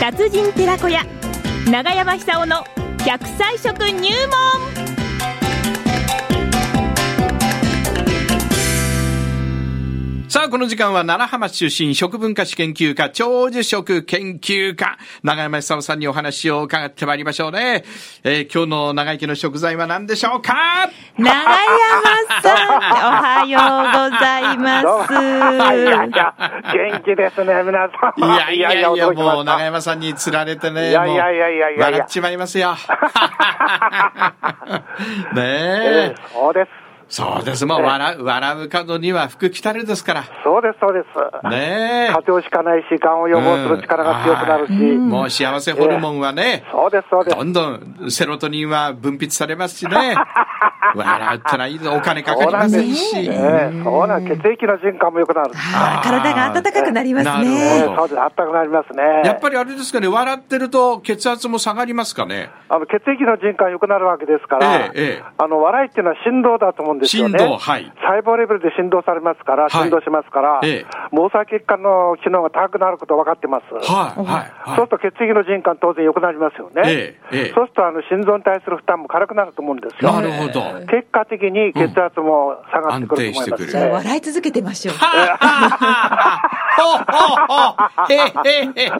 風神寺子屋長山久夫の百歳食入門さあ、この時間は奈良浜市出身食文化史研究家、長寿食研究家、長山久夫さんにお話を伺ってまいりましょうね。えー今日の長生きの食材は何でしょうか長山さんおはようございまどうも。す いやいや、元気ですね、皆さいん。やいやいや、驚きまもうした長山さんに釣られてね、いやいやいやいやもいやう笑っちまい ますよ。ねえええ。そうです。そうです。まあ、笑う、笑う角には福来たるですから。そうです、そうです。ね風邪をひかないし、がんを予防する力が強くなるし。え。もう幸せホルモンはね、そうです、そうですど。んどんセロトニンは分泌されますし ね。笑ったらいいぞ。お金かかりませんし。ええ、そうなん、血液の循環も良くなる。あー体が温かくなりますなるええねほどそうです、あったくなりますね。やっぱりあれですかね、笑ってると血圧も下がりますかね。あの血液の循環良くなるわけですかえら、えええあの笑いっていうのは振動だと思うんですよね。振動はい細胞レベルで振動されますから、い振動しますから、ええ毛細血管の機能が高くなること分かってます。はい、はい、そうはすると血液の循環当然良くなりますよね。ええええそうするとあの心臓に対する負担も軽くなると思うんですい。よ。なる ほど。結果的に血圧も下がってくうると思います、ねん安定してくるじゃあ笑い続けてましょうほほほへへへ。いや、や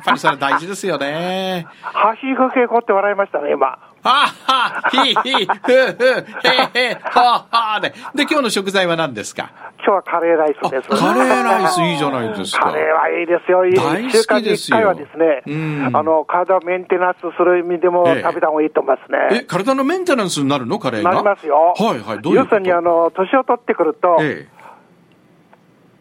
っぱりそれ大事ですよね。ハヒフヘコって笑いましたね、今。はは、ひひ、ふふ、へへ、ははで。で、今日の食材は何ですか今日はカレーライスあ、カレです。ーライスいいじゃないですかカ。レーはいいですよ。いい大好きですよ一週間に一回はですね、うんあの、体をメンテナンスする意味でもええ食べた方がいいと思いますえ、ね。体のメンテナンスになるのカレーがなりますよ。はいはい、どういうこ要とするに、あの、年を取ってくると、ええ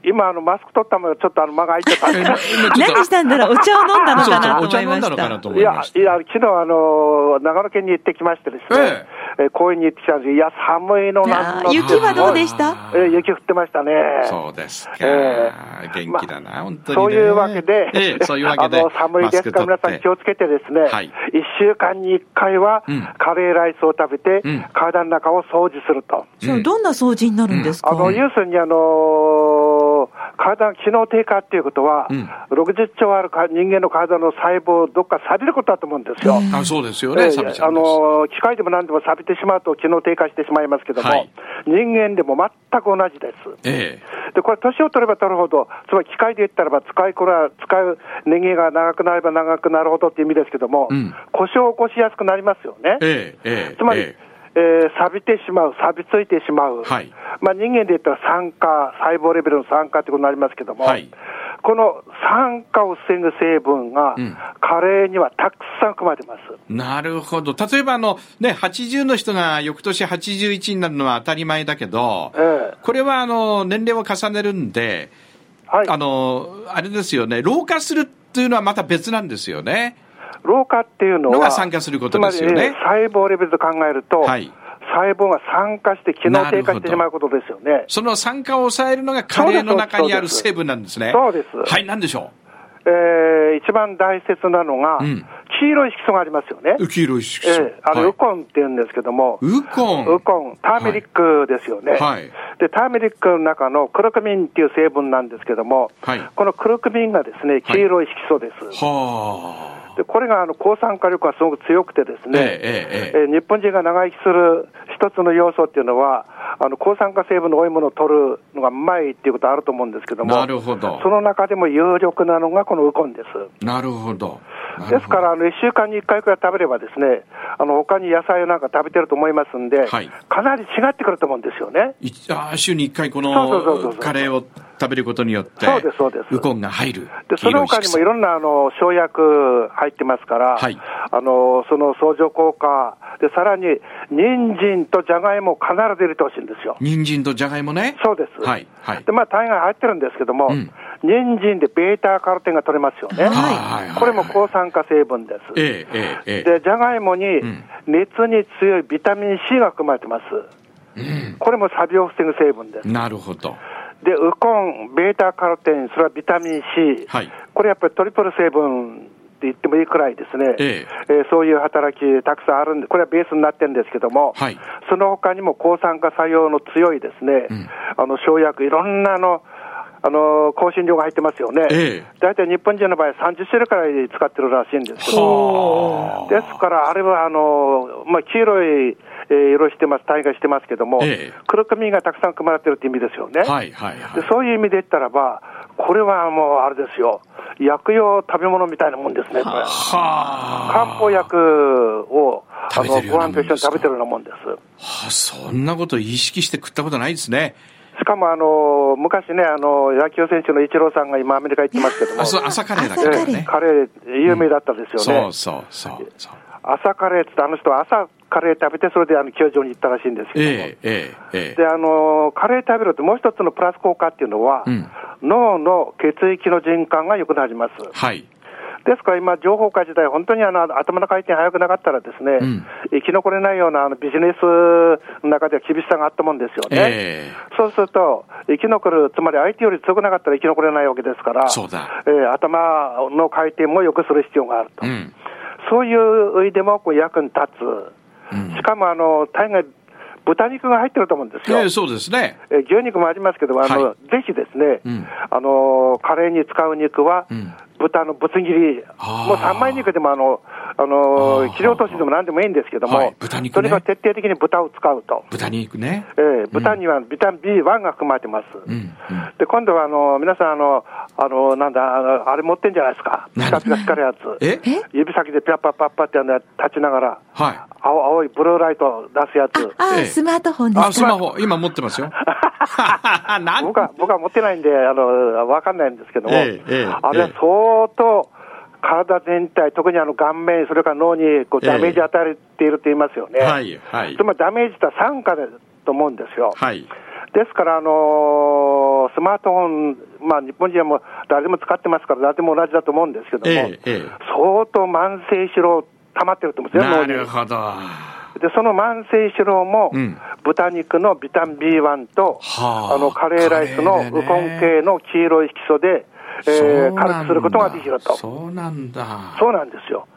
今、あの、マスク取ったままちょっとあの、間が空いてたんでえな今ちょっと何したんだろうお茶を飲んだのそうかなそうとお思茶い飲まんだのしかなたとい思いやまし、いた。や、昨日あの、長野県に行ってきましてですね、え公園に行ってきたんですけどいや、寒いのなんあーの。雪はどうでしたあえーー雪降ってましたね。そうですか。ええ元気だな、本当に、ね。そういうわけで、ええそういうわけで。 あの寒いですから、マ皆スクさ取ってん気をつけてですね、はい1週間に1回はうんカレーライスを食べて、うん体の中を掃除すると。そうどんな掃除になるんですか、あの、要するに、あのー体の機能低下っていうことは、うん60兆あるか人間の体の細胞をどっか錆びることだと思うんですよ。あ、そうですよね、ええサビちゃんです。あのー機械でも何でも錆びてしまうと機能低下してしまいますけども、はい人間でも全く同じです。ええで、これ、年を取れば取るほど、つまり機械で言ったらば、使いこら、使う年齢が長くなれば長くなるほどっていう意味ですけども、うん故障を起こしやすくなりますよね。ええええつまり、えええー錆びてしまう、錆びついてしまう、はいまあ、人間で言ったら酸化、細胞レベルの酸化ってことになりますけども、はいこの酸化を防ぐ成分が、んカレーにはたくさん含まれてます。なるほど。例えばあの、ね、80の人が翌年81になるのは当たり前だけど、ええこれはあの、年齢を重ねるんで、はい、あの、あれですよね、老化するっていうのはまた別なんですよね。老化っていうのは、のが酸化することですよねつまりえー細胞レベルで考えると、はい細胞が酸化して、機能低下してしまうことですよね。その酸化を抑えるのがカレーの中にある成分なんですね。そうですそうですはい、なんでしょえー一番大切なのが、うん黄色い色素がありますよね。う。黄色い色え素。ーあのはいウコンって言うんですけども、ウコン。ウコン、ターメリックですよね、はいでターメリックの中のクルクミンっていう成分なんですけども、はいこのクルクミンがですね黄色い色素です、はあ。でこれがあの抗酸化力がすごく強くてですええね、えええええー日本人が長生きする一つの要素っていうのは、あの抗酸化成分の多いものを取るのがうまいっていうことあると思うんですけども、なるほどその中でも有力なのがこのウコンです。なるほど。なるほどですから、あの1週間に1回くらい食べれば、ですねあの他に野菜なんか食べてると思いますんで、はいかなり違ってくると思うんですよね。いあー週に1回こそうそうそうそうのそうカレーを食べることによってそうですそうですウコンが入るでその他にもいろんなあの生薬入ってますから、はいあのその相乗効果、でさらに人参とじゃがいもを必ず入れてほしいんですよ。人参とじゃがいもねそうです。はいはいで、まあ、大概入ってるんですけども、うん人参でベータカロテンが取れますよね。はいはいはいこれも抗酸化成分です。ええええええで、じゃがいもにん熱に強いビタミン C が含まれてます。これもサビを防ぐ成分です。なるほどで、ウコン、ベータカロテン、それはビタミン C。はいこれやっぱりトリプル成分って言ってもいいくらいですね。ええーそういう働きたくさんあるんで、これはベースになってるんですけども、はいその他にも抗酸化作用の強いですね、んあの、生薬、いろんなあの、あの香辛料が入ってますよね、ええ大体日本人の場合、30種類くらい使ってるらしいんですけど、はですから、あれはあの、まあ、黄色い、えー色してます、体がしてますけども、ええ黒髪がたくさん組まれてるって意味ですよね。はいはいはでい。そういう意味で言ったらば、これはもうあれですよ、薬用食べ物みたいなもんですね、これ。は漢方薬をあ食べのてるようごな飯と一緒に食べてるようなもんであ。そんなこと意識して食ったことないですね。す。しかもあの昔ねあの、野球選手のイチローさんが今、アメリカ行ってますけども、あ、そう、朝カレーだけ朝どカレねー。カレー、有名だったですよね、そうそうそうそう。朝カレーって言って、あの人は朝カレー食べて、それであの球場に行ったらしいんですけども、ええええええ。であのカレー食べると、もう一つのプラス効果っていうのは、うん脳の血液の循環が良くなります。はい。ですから今、情報化自体、本当にあの頭の回転早くなかったら、ですね、うん生き残れないようなあのビジネスの中では厳しさがあったもんですよね。えそうすると、生き残る、つまり相手より強くなかったら生き残れないわけですから、そうだえー頭の回転も良くする必要があるえと、うん。そういう意味でもこう役に立つ、うんしかもあの大概、豚肉が入ってると思うんですよ。ええ、そうですね。えー牛肉もありますけど、あのはぜひですね、うんあのカレーに使う肉は、うん豚のぶつ切り、あーもう三枚肉でもあの、ああのー切り落としでもなんでもいいんですけども、はい豚肉ねとにかく徹底的に豚を使うと、豚肉ね。えー豚にはビタミン B1 が含まれてます。うん。うんで今度はあの皆さんあの、あのなんだあの、あれ持ってんじゃないですか、ピ何カピカ光るやつ、え指先でピャッパッパッパってあの立ちながら、は青青いブルーライト出すやつ、あ、ええスマートフォンい。であ、すスか。マホ、今持って ますよ。なん僕 は僕は持ってないんで、あのわかんないんですけども、ええええあれは相当、体全体、特にあの顔面、それから脳にこうええダメージ与えていると言いますよね、はい、はいつ。まりダメージとは酸化だと思うんですよ。はい。ですから、あのースマートフォン、まあ、日本人はもう誰でも使ってますから、誰でも同じだと思うんですけども、ええええ相当慢性疲労、溜まってると思うんですよ、な脳にるほど。でその慢性疲労も、うん豚肉のビタミン B1 と、はああのカレーライスカのレーでねウコン系の黄色い色素で、えそうーなんだ軽くすることができると、そうそうなんだ。なんですよ、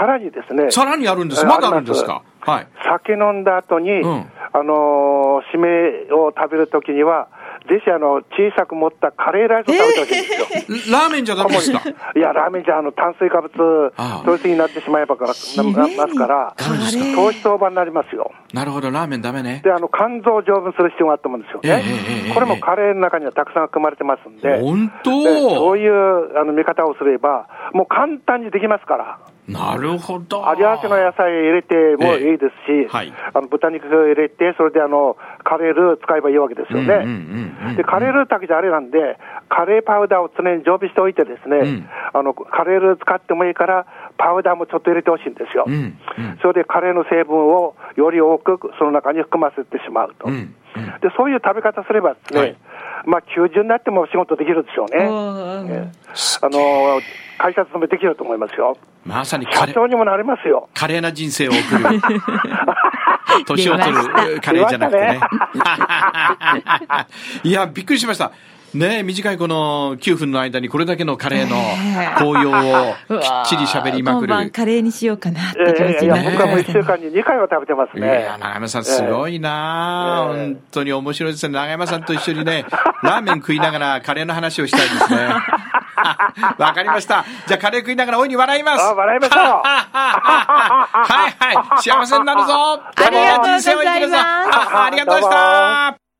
さらにですね、さらにあるんです。えーまだあるんですか。はい。酒飲んだ後に、んあのー締めを食べるときには、ぜひあの小さく持ったカレーライスを食べてほしいんですよ。ラーメンじゃダメですか。 いや、ラーメンじゃあの炭水化物ああ、糖質になってしまえばからななますから、ダメですか糖質オーバーになりますよ。なるほど、ラーメンダメね。であの肝臓を丈夫にする必要があったもんですよね、ええええこれもカレーの中にはたくさん含まれてますんで、本でそ当ういうあの見方をすれば、もう簡単にできますから、なるほど。味合わせの野菜入れてもいいですし、ええはいあの豚肉入れて、それであのカレールー使えばいいわけですよね。うんうんうんうんでカレールーだけじゃあれなんで、カレーパウダーを常に常備しておいて、ですね、うんあのカレールー使ってもいいから、パウダーもちょっと入れてほしいんですよ、うんうんそれでカレーの成分をより多くその中に含ませてしまうと、うんうんでそういう食べ方すればですね、はいまあ、90になってもお仕事できるでしょうね、おーえあの会社勤めできると思いますよ、まさにカ社レー長にもなれますよ。華麗な人生を送る。年を取出ましるカレーじゃなくてね出ま。いや、びっくりしました。ねえ短いこの9分の間にこれだけのカレーのねえ紅葉をきっちり喋りまく今晩る。カレーにしようかなってええ気持ちいにやなりましいや、僕たはもう1週ね。間に2回は食べてますいね。や、長山さんすごいなあ、ええ本当に面白いですね。長山さんと一緒にね、ラーメン食いながらカレーの話をしたいですね。わかりました。じゃあカレー食いながら大いに笑います。あ笑いましょうはいはい。幸せになるぞ。ありがとうございますカレー人生を生きるぞあありがとうございました。